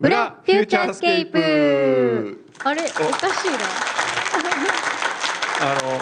裏フューチャースケープあれおかしいなあの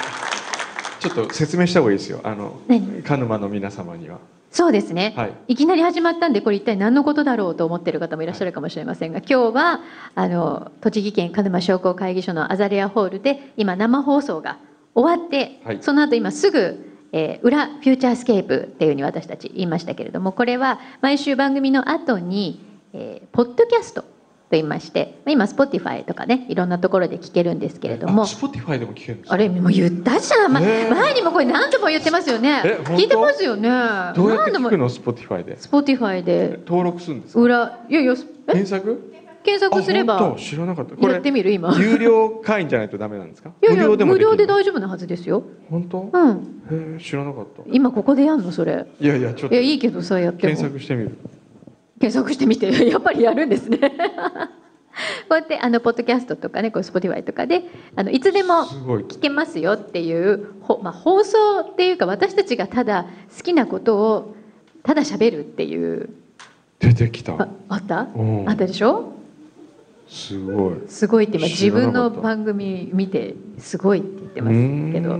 ちょっと説明した方がいいですよあの何鹿沼の皆様にはそうですね、はいい、きなり始まったんでこれ一体何のことだろうと思ってる方もいらっしゃるかもしれませんが今日はあの栃木県鹿沼商工会議所のアザレアホールで今生放送が終わって、はいその後今すぐ、えー裏フューチャースケープっていうふうに私たち言いましたけれどもこれは毎週番組の後に、えーポッドキャストと言いまして今 Spotify とかねいろんなところで聞けるんですけれどもスポティファイでも聞けるんですあれもう言ったじゃん、まねえ前にもこれ何度も言ってますよねえ本当聞いてますよねどうやって何度聞もくのスポティファイで Spotify で登録するんですか裏いやいやえ検索検あ索すれ本ば当知らなかったこやっれてみる今い有料会員じゃないとダメなんですかやいや無料できる大丈夫なはずですよ本当うんへえ知らなかった今ここでやんのそれいやいやちょっいとやいいけどさやっても検索してみる検索してみて やっぱりやるんですねこうやってあのポッドキャストとかねこう Spotify とかであのいつでもすごい聞けますよっていう、ほまあ、放送っていうか私たちがただ好きなことをただ喋るっていう出てきたああったうんあったでしょすごいすごいって今知自らなか分ったの番組見てすごいって言ってうまーすんけど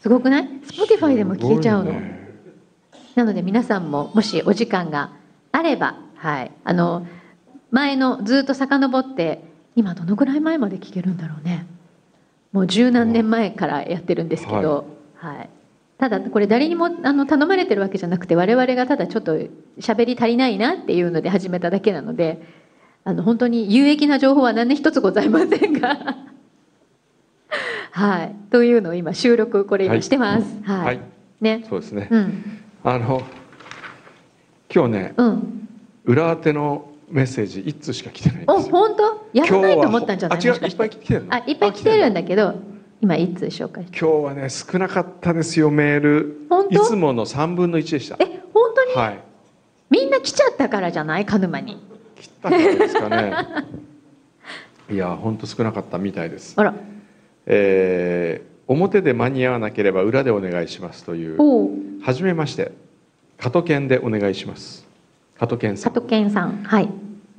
すごくない ?Spotify でも聞けちゃうの、すごいねなので皆さんももしお時間があれば、はい、あの前のずっと遡って今どのぐらい前まで聞けるんだろうねもう十何年前からやってるんですけど、はいただこれ誰にもあの頼まれてるわけじゃなくて我々がただちょっと喋り足りないなっていうので始めただけなのであの本当に有益な情報は何一つございませんが。はい、というのを今収録これ今してます。はい、はいね、そうですねうん、あの今日ねうん、裏宛てのメッセージ一通しか来てないんおですよ本当やらないと思ったんじゃない今日はもしあ違ういっぱかしい来てるのあいっぱい来てるんだだけど今一通紹介して今日はね少なかったですよメール本いつ当もの3分の1でしたえ本当にはいみんな来ちゃったからじゃない鹿沼に来たからですかね いや本当少なかったみたいですあらえー表で間に合わなければ裏でお願いしますというおおはじめまして加トケンでお願いします加トケンさ佐ん藤健さんはい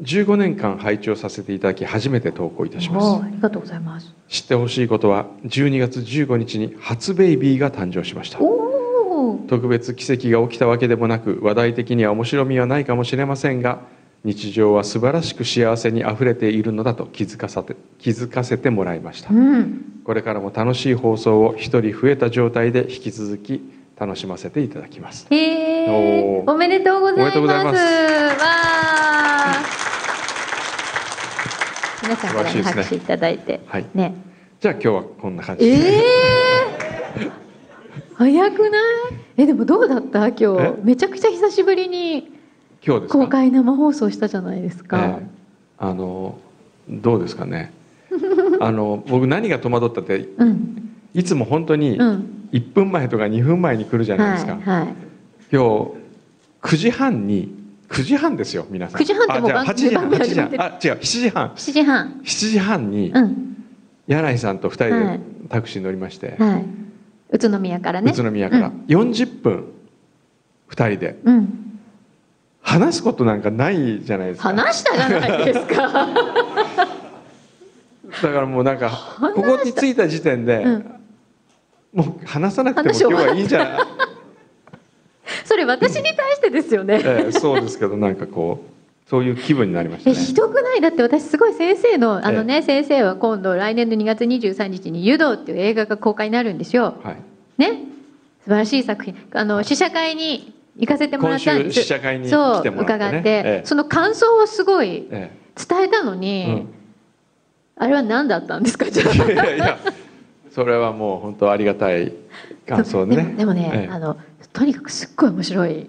15年間拝聴させていただき初めて投稿いたしまおすーありがとうございます知ってほしいことは12月15日に初ベイビーが誕生しましたおお特別奇跡が起きたわけでもなく話題的には面白みはないかもしれませんが日常は素晴らしく幸せにあふれているのだと気づかさて気づかせてもらいましたうんこれからも楽しい放送を一人増えた状態で引き続き楽しませていただきますへえおーおめでとうございおめまですとうございますわあ皆さんか素ら晴らねしいですね拍手いただいてはいねじゃあ今日はこんな感じで、ええ早くないえでもどうだった今日えめちゃくちゃ久しぶりに今日ですか公開生放送したじゃないですか、ええあのどうですかね あの僕何が戸惑ったってうんいつも本当にうん1分前とか2分前に来るじゃないですか、はいはい今日9時半に9時半ですよ皆さん9時半ってもあうじゃあ8番時半番組8時半始まあ違う7時半7時半7時半にうん柳井さんと2人はでいタクシーに乗りまして、はい宇都宮からね宇都宮から、うん40分2人でうん話すことなんかないじゃないですか話したじゃないです かだからもうなんかここに着いた時点で、うんもう話さなくても話終今わ日らはいいんじゃない、それ私に対してですよね、ええそうですけどなんかこうそういう気分になりましたえねひどくないだって私すごい先生のあのね、先生は今度来年の2月23日に「湯道」っていう映画が公開になるんですよ、はいね素晴らしい作品あの試写会に行かせてもら今ったんで週す試写会にそ来うてもらって、ね、伺って、えその感想をすごいええ伝えたのえに、うんあれは何だったんですかじゃいやいやそれはもう本当ありがたいあ感想ででねもでもね、ええあのとにかくすっごい面白い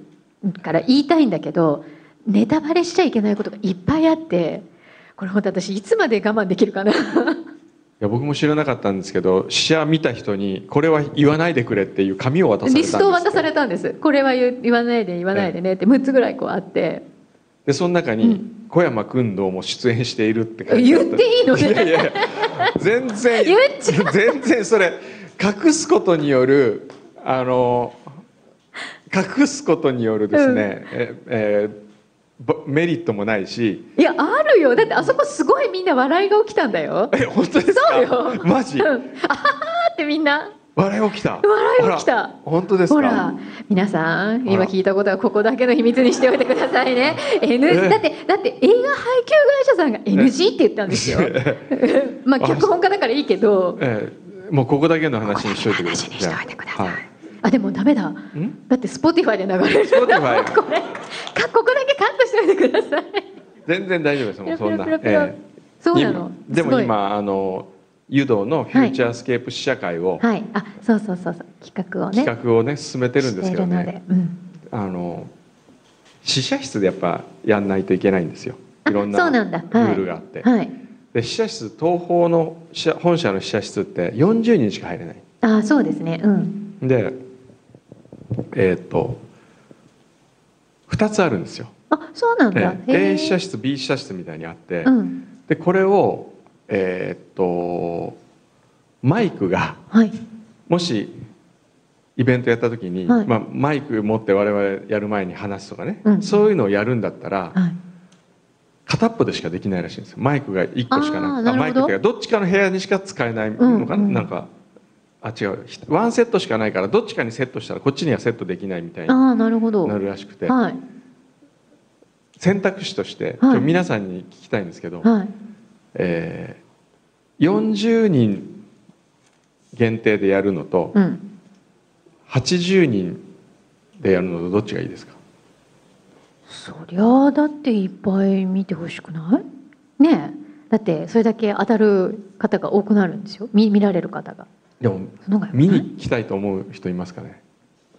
から言いたいんだけどネタバレしちゃいけないことがいっぱいあってこれ本当私いつまで我慢できるかないや僕も知らなかったんですけど試写見た人にこれは言わないでくれっていう紙を渡されたんですリストを渡されたたんですこれは言う言わないで言わないでねって6つぐらいこうあってでその中うに小山君堂も出演しているって書いてあ言っていいのいやねいやいや全然 言っち全然それ隠すことによるあの隠すことによるですね、ええーばメリットもないしいやあるよだってあそこすごいみんな笑いが起きたんだよえ本当ですかそうよマジうんあははってみんな笑い起きた笑い起きたあら本当ですかほら皆さんあ今ら聞いたことはここだけの秘密にしておいてくださいね N ええだってだって映画配給会社さんが NG って言ったんですよ まああ脚本家だからいいけどええもうここだけの話にしといてくださいここだけの話にしといてくださいはあでもダメだいんだって Spotify で流れる Spotify これかここだけカットしておいてください全然大丈夫ですもうそんなピロピロピロピロええそうなの今ですもごい今あの湯道のフューチャースケープ試写会をはいあそうそうそうそう企画をね企画をね進めてるんですけどしてねるのでうんあの試写室でやっぱやんないといけないんですよあいろんそなうルなんだはいールがあってはいで試写室東宝の試写本社の試写室って40人しか入れないあそうですねうんでえーっと2つあるんですよ、あそうなんだええへえ A 試写室 B 試写室みたいにあって、うんでこれをえーっとマイクがはいもしイベントやった時に、はいまあ、マイク持って我々やる前に話すとかね、うんそういうのをやるんだったらはい片っぽでしかできないらしいんですよマイクが1個しかなあーくなてるほどマイクっていうかどっちかの部屋にしか使えないのかな,、うんうんなんかあ違うひワンセットしかないからどっちかにセットしたらこっちにはセットできないみたいあにあなるほどなるらしくてはい選択肢として、はいちょ皆さんに聞きたいんですけど、はいえー40人限定でやるのとうん80人でやるのとどっちがいいですかそりゃあだっていっぱい見てほしくないねえだってそれだけ当たる方が多くなるんですよ見見られる方がでもその方が見良くないに来たいと思う人いますかね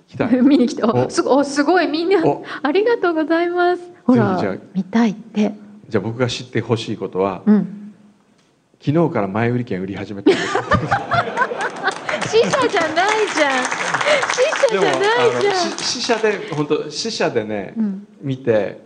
来たい 見に来てあおすごおすごいみんなおありがとうございますほらぜひじゃ見たいってじゃあ僕が知ってほしいことはうん昨日から前売り券売り始めたんです死者じゃないじゃん死で者じもゃないじゃんし死者で本当死者でねうん見て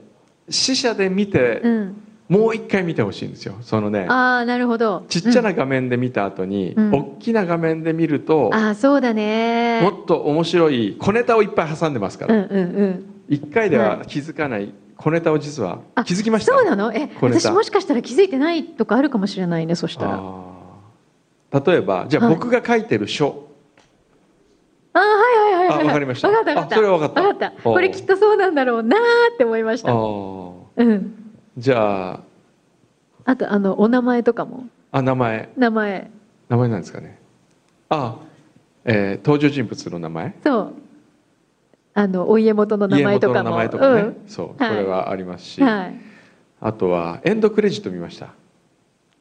死者で見て、うんもう一回見てほしいんですよそのねああなるほどちっちゃうな画面で見た後に、うん大きな画面で見ると、んああそうだねもっと面白い小ネタをいっぱい挟んでますかうら、んうんうん一1回では気づかない小ネタを実はあ気づきましたそうなのえこれだ私もしかしたら気づいてないとかあるかもしれないねそしたらああー例えばじゃあはい僕が書いてる書、あーはいはいはいはあいわかりましたわかったわかったあそれはわかったわかったおーこれきっとそうなんだろうなーって思いましあたーうんじゃああとあのお名前とかもあ名前名前名前なんですかねあえー登場人物の名前そうあのお家元の名家前元とのか名も前とかね、うんそうこはいれはありますし、はいあとはエンドクレジット見ました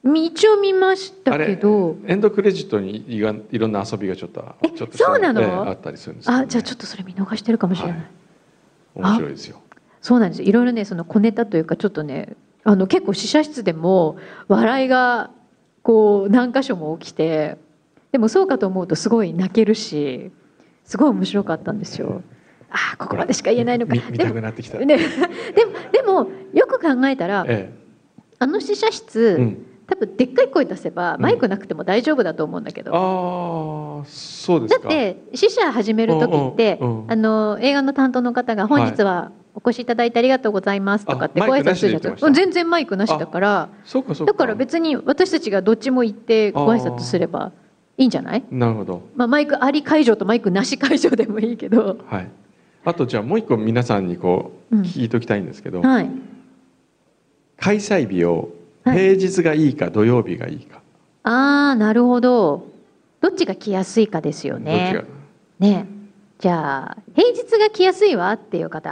み一応見ましたけどエンドクレジットにいがいろんな遊びがちょっとえちょっとしたそうなのえーあったりするんですけどね、あじゃあちょっとそれ見逃してるかもしれない、はい面白いですよそうなんですいろいろねその小ネタというかちょっとねあの結構試写室でも笑いがこう何箇所も起きてでもそうかと思うとすごい泣けるしすごい面白かったんですよ。ああここまでしか言えないのか。み見でたもくなってきた、ねでもでもよく考えたらえあの試写え室、うん、多分でっかい声出せばんマイクなくても大丈夫だと思うんだけど、ああそうですだかって試写始める時って、うんうんうんあの映画の担当の方が「本日はお越しいただいてありがとうございます」とかってあごマイ挨クな拶しすで言るってじゃまんした全然マイクなしだからそうかそうかだから別に私たちがどっちも行ってご挨拶すればいいんじゃないなるほどまあ、マイクあり会場とマイクなし会場でもいいけど、はいあとじゃあもう一個皆さんにこううん聞いときたいんですけど、はい、開催日をはい平日がいいか土曜日がいいか、ああなるほどどっちが来やすいかですよねどっちがねじゃあ平日が来やすいわっていう方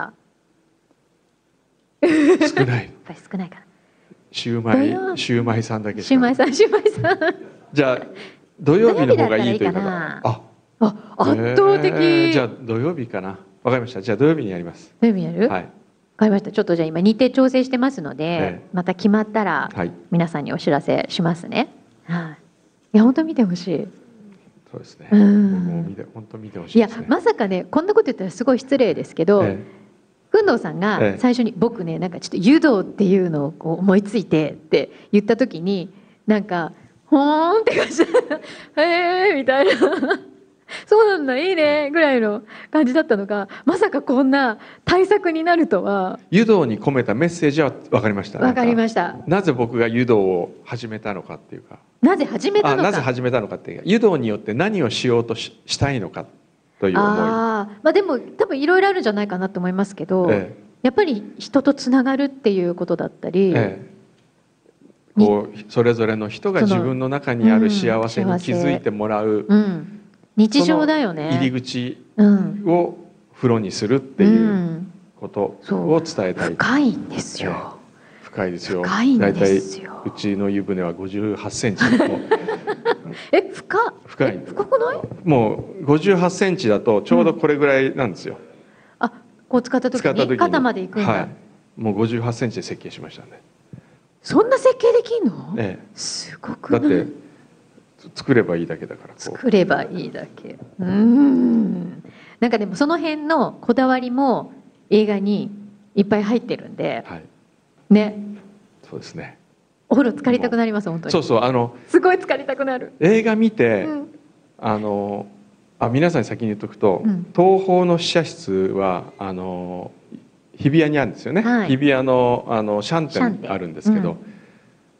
やっ少ないぱり少ないかシュー土マ曜イシューマイさんだけなしシュウマイかさんシュウマイさんじゃあ土曜日の方がいいという方土曜日だったらいいかなああ圧倒的、えーじゃあ土曜日かなわかりましたじゃあ土曜日にやりますどういう意味やる、はいわかりましたちょっとじゃあ今日程調整してますので、えまた決まったらはい皆さんにお知らせしますねはいいや本当見てほしいそうですねうん僕も見て本当見てほしいいやですねまさかねこんなこと言ったらすごい失礼ですけど、え工藤さんえがえ最初に僕ねなんかちょっと湯道っていうのをこう思いついてって言った時 になんかほーんって感じでへえみたいな そうなんだいいねぐらいの感じだったのがまさかこんな対策になるとは湯道に込めたメッセージは分かりました分かりしましたなぜ僕が湯道を始めたのかっていうかなぜ始めたあのかなぜ始めたのかっていうか湯道によって何をしようとししたいのかという思いあーまあでも多分いろいろあるんじゃないかなと思いますけど、えやっぱり人とつながるっていうことだったり、えええこうそれぞれの人がその自分の中にある幸せうにん幸せ気づいてもらううん、日常だよね入り口うんを風呂にするっていううんことそうを伝えたい、深いんですよ。深いですよ深いん大体でうすよ。ちの湯船は58センチのえ、深っ。深いえ深くない？もう58センチだとちょうどこれぐらいなんですよ、あ、こう使った時使った時にに肩まで行くんだ。はい、もう58センチで設計しましたね、そんな設計できんの？えすごえ、だくっない。て作ればいいだけだからこう作ればいいだけ。うーん。なんかでもその辺のこだわりも映画にいっぱい入ってるんで、はいね、そうですねお風呂浸かりたくなります本当そに。うそうあのすごい浸かりたくなる。映画見て、うん。あのあ皆さんに先に言っとくと、うん東宝の試写室はあの日比谷にあるんですよね、はい日比谷のあのシャンテシャンテンンあるんですけど、うん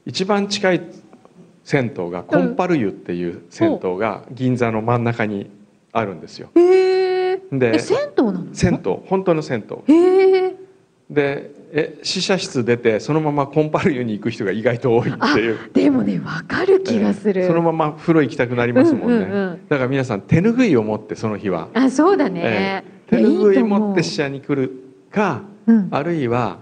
一番近い銭湯がコンパル湯っていう銭湯が銀座の真ん中にあるんですよ。ええ。え、で銭湯なの？銭湯本当の銭湯湯。ええ。でえ試写室出てそのままコンパル湯に行く人が意外と多いっていうでもね、わかる気がする。えーそのまま風呂行きたくなりますもんね、うんうんうんだから皆さん手ぬぐいを持ってその日は、あ、そうだね。えー手ぬぐいやと思う持って試写に来るかうん。あるいは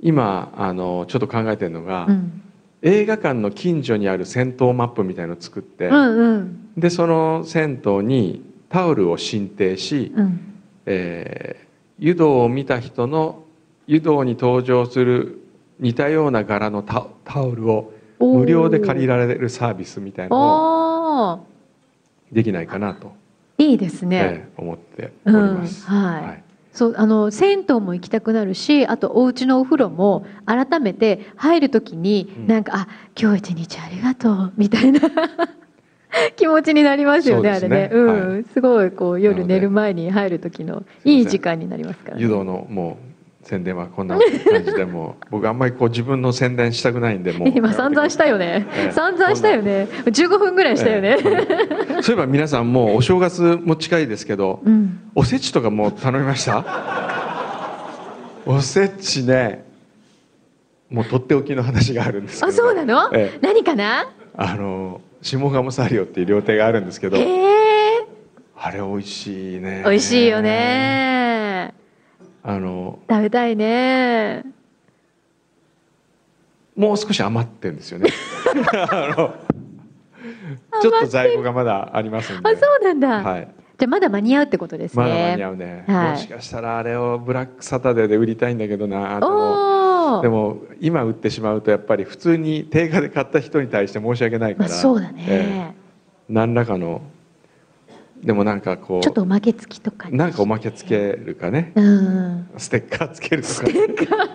今あのちょっと考えてるのが、うん。映画館の近所にある銭湯マップみたいのを作って、うんうんでその銭湯にタオルを進呈し、うん。えー湯道を見た人の湯道に登場する似たような柄のタタオルをおー無料で借りられるサービスみたいなのをおーできないかなと、いいですね。ええ思っております。うんはいそうあの銭湯も行きたくなるしあとお家のお風呂も改めて入るときに、うんなんかあ今日一日ありがとうみたいな 気持ちになりますよねそうですあねれね、うんはすごいこうな夜ので寝る前に入る時のせんいい時間になりますから、ね、湯道のもう宣伝はこんな感じでもう僕あんまりこう自分の宣伝したくないんでもう 今散々したよね、ええ散々したよね15分ぐらいしたよね、ええそういえば皆さんもうお正月も近いですけどうんおせちとかもう頼みましたおせちねもうとっておきの話があるんですけど、あそうなの、ええ何かなあの下鴨サリオっていう料亭があるんですけどへえあれ美味しいね美味しいよねあの食べたいねもう少し余ってんですよね。あのちょっと在庫がまだありますんあで。そうなんだ、はい。じゃあまだ間に合うってことですねまだ間に合うね。はいもしかしたらあれをブラックサタデーで売りたいんだけどな。でもおおでも今売ってしまうとやっぱり普通に定価で買った人に対して申し訳ないかまら。あ、そうだね、ええ何らかのでもなんかこちょっとうおまけ付きとかになんかおまけつけるかね。うんステッカーつけるとか。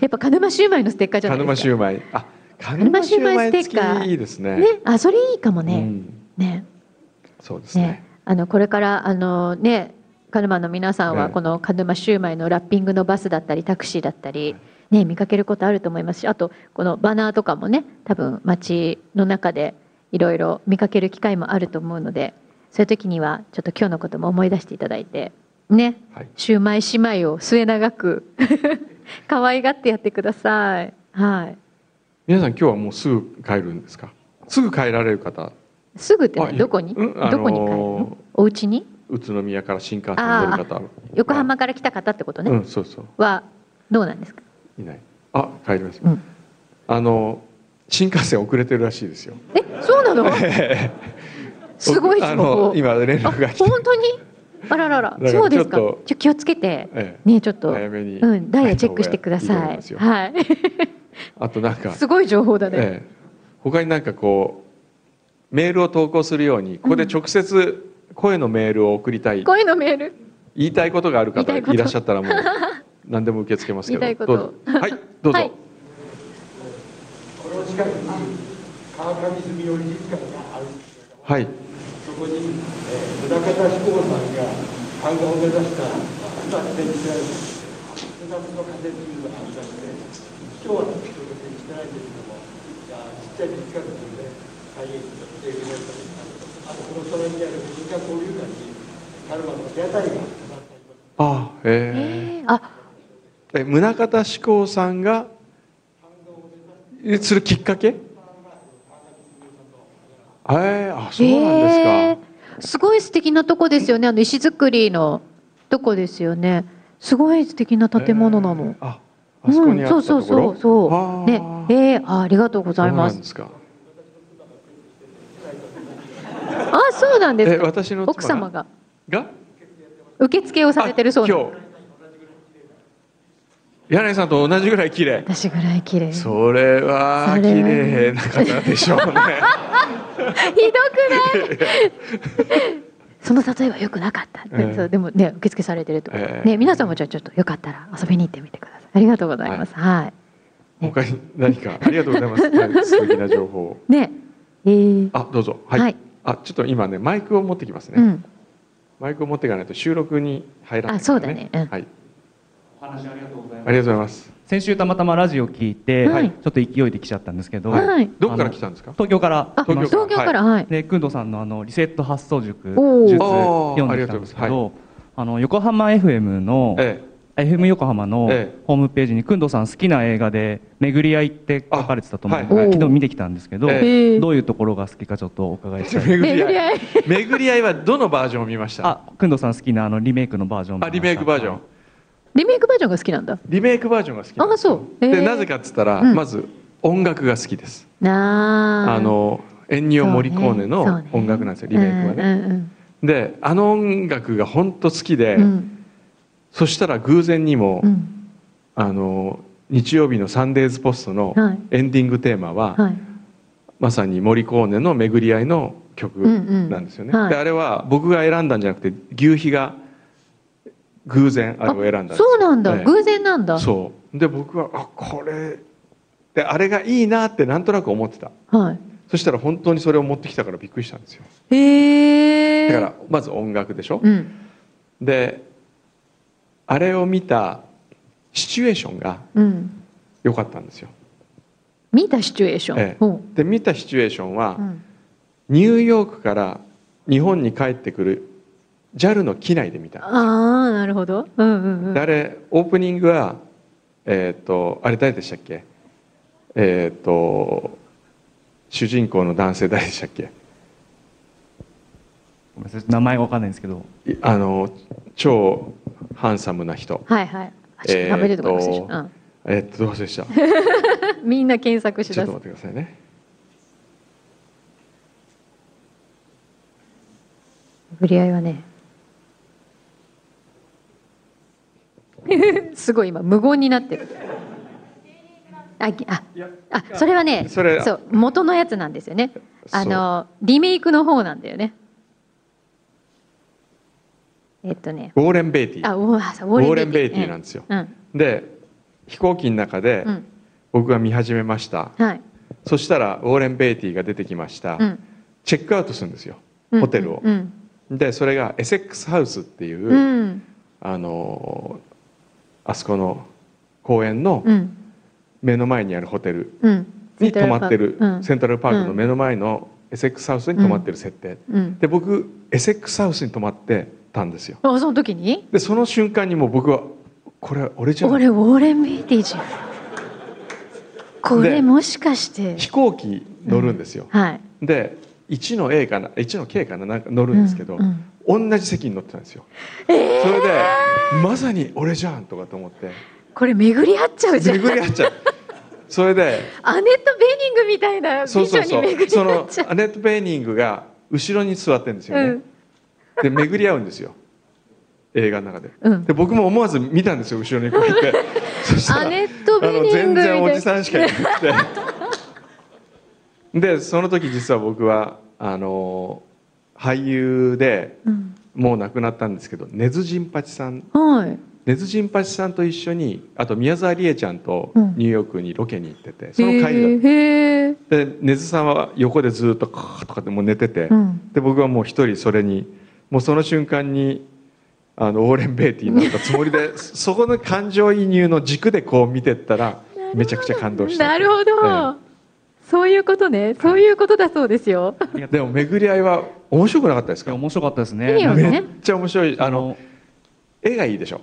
やっぱ鹿沼シューマイのステッカーじゃな鹿いで沼すシかューマイ。あ、鹿沼沼シシュューーママイイステッ付カーきいいですね。ねあそれいいかもうね、んねそうですねねあのこれからあのねカルマの皆さんえはえこのカルマシューマイのラッピングのバスだったりタクシーだったり、ね、見かけることあると思いますしあとこのバナーとかもね多分街の中でいろいろ見かける機会もあると思うのでそういう時にはちょっと今日のことも思い出していただいてねはい。シューマイ姉妹を末永く 可愛がってやってください。はい皆さん今日はもうすぐ帰るんですかすぐ帰られる方すぐってあ何いどこに、うんあのーどこに帰るのお家に宇都宮から新幹線乗る方横浜から来た方ってことね、うんそうそうはどうなんですかいないあ帰ります、うんあの新幹線遅れてるらしいですよえ、そうなの？ すごいあ情の報。今連あ絡が来て、本当に？あらららからそうですかちょっと。ちょ気をつけてええね、ちょっと早めにうんダイヤチェックしてくだ入されいます。よはい。あとなんか、すごい情報だね。ええ、他になんかこうメールを投稿するようにここで直接声のメールを送りたい、こういうのメール。言いたいことがある方言いたいこといらっしゃったらもう 何でも受け付けますけど言いたいことどうぞはいどうぞ、はいこの近くに川上住友理事会があるんですけどはいそここに、えー、宗像志功さんが版画を目指した2つ展示があります2つの仮設ビルがありまして今日は特徴展示してないんですけどもじゃあちっちゃい短くですね再現していきましたあとこの空にある文化交流館にカルマの屋台が飾ってありますあええー、あー、え宗像志功さんがえするきっかけえー、あそうなんですか、えーすごい素敵なとこですよねあの石造りのとこですよねすごい素敵な建物なの、えーああそこにあったうん、とこそろ、うそうそうそうねあーえー、あありがとうございまそうなんすですかあそうなんですえか私の妻奥様がが受付をされてるそうなあ今日柳井さんと同じぐらい綺麗私ぐらい綺麗ひどそれはそ綺れは麗な方でしょうねくない その例えは良くなかった、ええそうでもね受付されてるってこと、ええね皆さんもじゃあちょっとよかったら遊びに行ってみてくださいありがとうございますはい、 他に何かありがとうござい ます何か素敵な情報をねえーあどうぞはい、はいあちょっと今ねマイクを持ってきますね、うんマイクを持っていかないと収録に入らない、あそうだねうんはいお話ありがとうございありがとうございます先週たまたまラジオ聞いて、はいちょっと勢いで来ちゃったんですけど、はいどこから来たんですか東京からあ来ま東した京からはい、で工藤さんのあのリセット発想塾おー術おー読んできたんですあけりがとどあの横浜 FM の、え FM 横浜のええホームページに工藤さん好きな映画で「巡り合い」って書かれてたと思うんで、あはい昨日見てきたんですけど、えええどういうところが好きかちょっとお伺いしえたい 巡り合い巡り合いはどのバージョンを見ましたあ工藤さん好きなあのリメイクのバージョンもあリメイクバージョンリメイクバージョンが好きなんだリメイクバージョンが好きなんですよあそうへえでなぜかっつったら、うんまず音楽が好きですなああのエンニオ・モリコーネの音楽なんですよ、リメイクはね、ねであの音楽が本当好きで、うんうんそしたら偶然にも、うんあの日曜日の「サンデーズ・ポスト」のはいエンディングテーマは、はいまさにモリコーネの「巡り合い」の曲うんうんなんですよね、はいであれは僕が選んだんじゃなくて牛皮が偶然あれを選んだんですよそうなんだ、ええ偶然なんだそうで僕はあこれであれがいいなってなんとなく思ってたはいそしたら本当にそれを持ってきたからびっくりしたんですよへえだからまず音楽でしょ、うんであれを見たシチュエーションがうん良かったんですよ見たシチュエーション、ええうんで見たシチュエーションは、うんニューヨークから日本に帰ってくる JAL の機内で見たああなるほどうんうんうんであれオープニングはえっ、とあれ誰でしたっけえっ、と主人公の男性誰でしたっけごめんなさい名前がわかんないんですけどいあの超ハンサムな人はいはいあちょっと食べれるとか忘れちゃったえっ、とどうでしたうん みんな検索しちょっとだす待ってくださいね巡り合いはね すごい今無言になってるあぎあいやあそれはねそれう元のやつなんですよねあのリメイクの方なんだよねえっとねウォーレン・ベイティあウォーあそうウウォォーーレレンン・ベベイイテティィなんですよ、うんで飛行機の中でうん僕が見始めました、はいそしたらウォーレン・ベイティが出てきました、うんチェックアウトするんですようんホテルをうんでそれがエセックスハウスっていう、うんあのーあそこの公園のうん目の前にあるホテルうんに泊まってるうんセントラルパークの目の前のエセックスハウスに泊まってる設定、うんで僕エセックスハウスに泊まってたんですよあその時にでその瞬間にもう僕はこれ俺じゃない俺ウォーレン・ベイティじゃんこれもしかして飛行機乗るんですよ、はいで1の A かな1の K かななんか乗るんですけど、うんうん同じ席に乗ってたんですよ、それでまさに俺じゃんとかと思ってこれ巡り合っちゃうじゃん巡り合っちゃうそれでアネット・ベニングみたいな美そう女そうにそ巡うりそ合っのちゃうアネット・ベーニングが後ろに座ってるんですよね、で巡り合うんですよ映画の中で,、うんで僕も思わず見たんですよ後ろにこうやって そしたらアネットベニングみたいあの全然おじさんしかいなくてでその時実は僕はあの俳優でうんもう亡くなったんですけど根津陣八さんうんはい根津陣八さんと一緒にあと宮沢りえちゃんとうんニューヨークにロケに行ってて、その帰りだったへえ。で根津さんは横でずっとカーッとかってもう寝てて、うん。で僕はもう一人それにもうその瞬間にあのオーレン・ベイティーになったつもりでそこの感情移入の軸でこう見てったらめちゃくちゃ感動したなるほどえ。そういうことね。そういうことだそうですよ。えでも巡り合いは面白くなかったですいやか面白かったですねいいよねめっちゃ面白いああのの絵がいいでしょ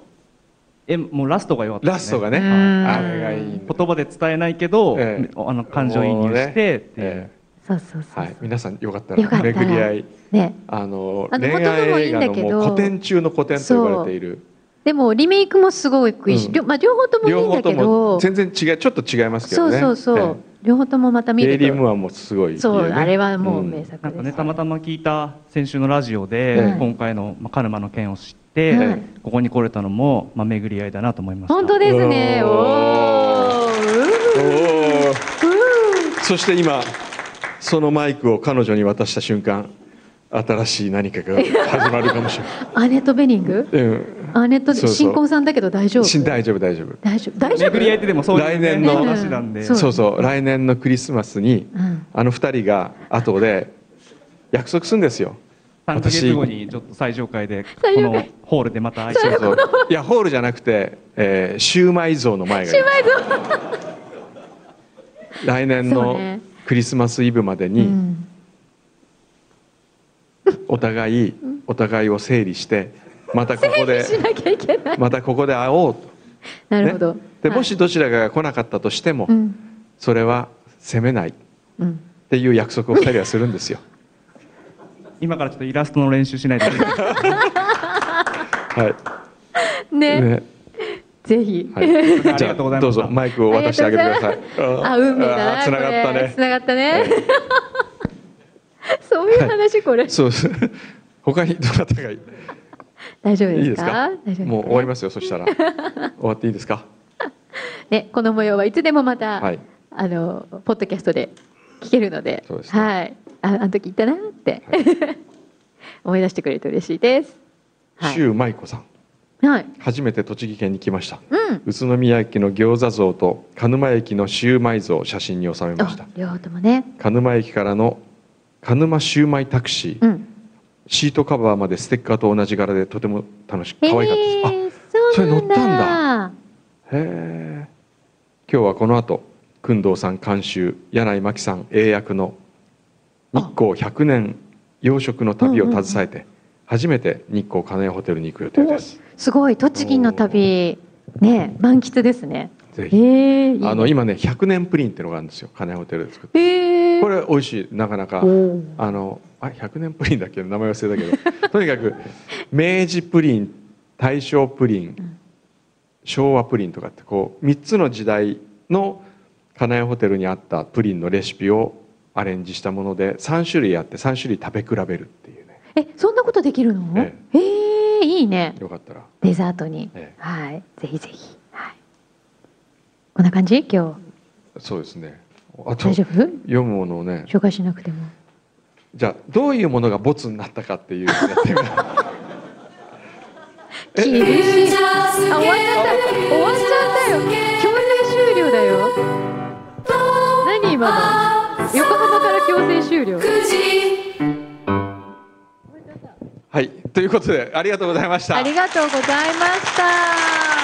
えもうラストが良かったラストがねうんあれがいいんだ言葉で伝えないけど、ええあの感情移入してっていう、えそうそうそうえそう。はい、皆さんよかったらよかったら巡り合いね。あのあの恋愛映画の言葉もいいんだけもどう古典中の古典と呼ばれているでもリメイクもすごくいいし、うん両まあ両方ともいい両んだ方とけもど。全然違うちょっと違いますけそどうねそうそうえ。両方ともまえた見レイるリー・ムと。ーアもすごいいいよそうねあれはもううん名作です。なんかねたまたま聞いた先週のラジオで、ええ今回の、まあ、カルマの件を知って、はいここに来れたのも、まあ、巡り合いだなと思いました本当ですね。うおんおー。うんおーうんそして今そのマイクを彼女に渡した瞬間新しい何かが始まるかもしれアーネット・ベニングない、アーネットそうそう新婚さんだけど大丈う夫ん、し大丈夫大丈夫大丈夫大丈夫巡り合いってでもそうい来う、ね、年の話なんで、そそううそう来年のクリスマスにうんあの二人が後で約束するんですよ3ヶ月後にちょっと最上階で最こ上の階ホールでまた会いそうまそういやホールじゃなくて、えー、シューマイ像の前がいいシュウマイ像来年そうのねクリスマスイブまでうにんお互いお互いを整理してまたここでしなきゃいけない またここで会おうとなるほどねではいもしどちらかが来なかったとしても、うんそれは責めないっうんていう約束を二人はするんですよ。今からちょっとイラストの練習しないといけないはい。ねねぜひ はいありがとうございましたどうぞマイクを渡してあげてください。あ運命だなつながったこれね繋がったねそういう話これそう です。他にどなたがいい大丈夫いいでですすかか大丈夫もう終わりまますよ。そした ら終わっていいですか。すねこの模様はいつでもまたはい。あのポッドキャストで聞けるのでそうですねはいああの時言ったなっては思い出してくれると嬉しいですはい周舞子さんはい初めて栃木県に来ました。うん宇都宮駅の餃子像と鹿沼駅のシューマイ像を写真に収めましたあ。両方ともね鹿沼駅からの鹿沼シューマイタクシー。うんシートカバーまでステッカーと同じ柄でとても楽しくへえ可愛かったです。あそうなそれ乗っんだたんだへえ今日はこの後工藤さん監修柳井真紀さん英訳の「日光100年養殖の旅」を携えて初めて日光金谷ホテルに行く予定です。すごい栃木の旅ね満喫ですね。ぜえひえいいねあの今ね100年プリンってのがあるんですよ金谷ホテルで作ってええこれ美味しいなかなかおーあのあ100年プリンだっけ名前忘れたけど とにかく明治プリン大正プリうんン昭和プリンとかってこう3つの時代の金谷ホテルにあったプリンのレシピをアレンジしたもので3種類あって3種類食べ比べるっていうねえそんなことできるの？えええいいねよかったらデザートに、ええはいぜひぜひはいこんな感じ今日そうですねあと大丈読夫むものをね紹介しなくてもじゃあどういうものがボツになったかっていうのをやってみよ う厳しいあ終わっちゃった終わっちゃったよ強制終了だよ何今の横浜から強制終了はいということでありがとうございましたありがとうございました。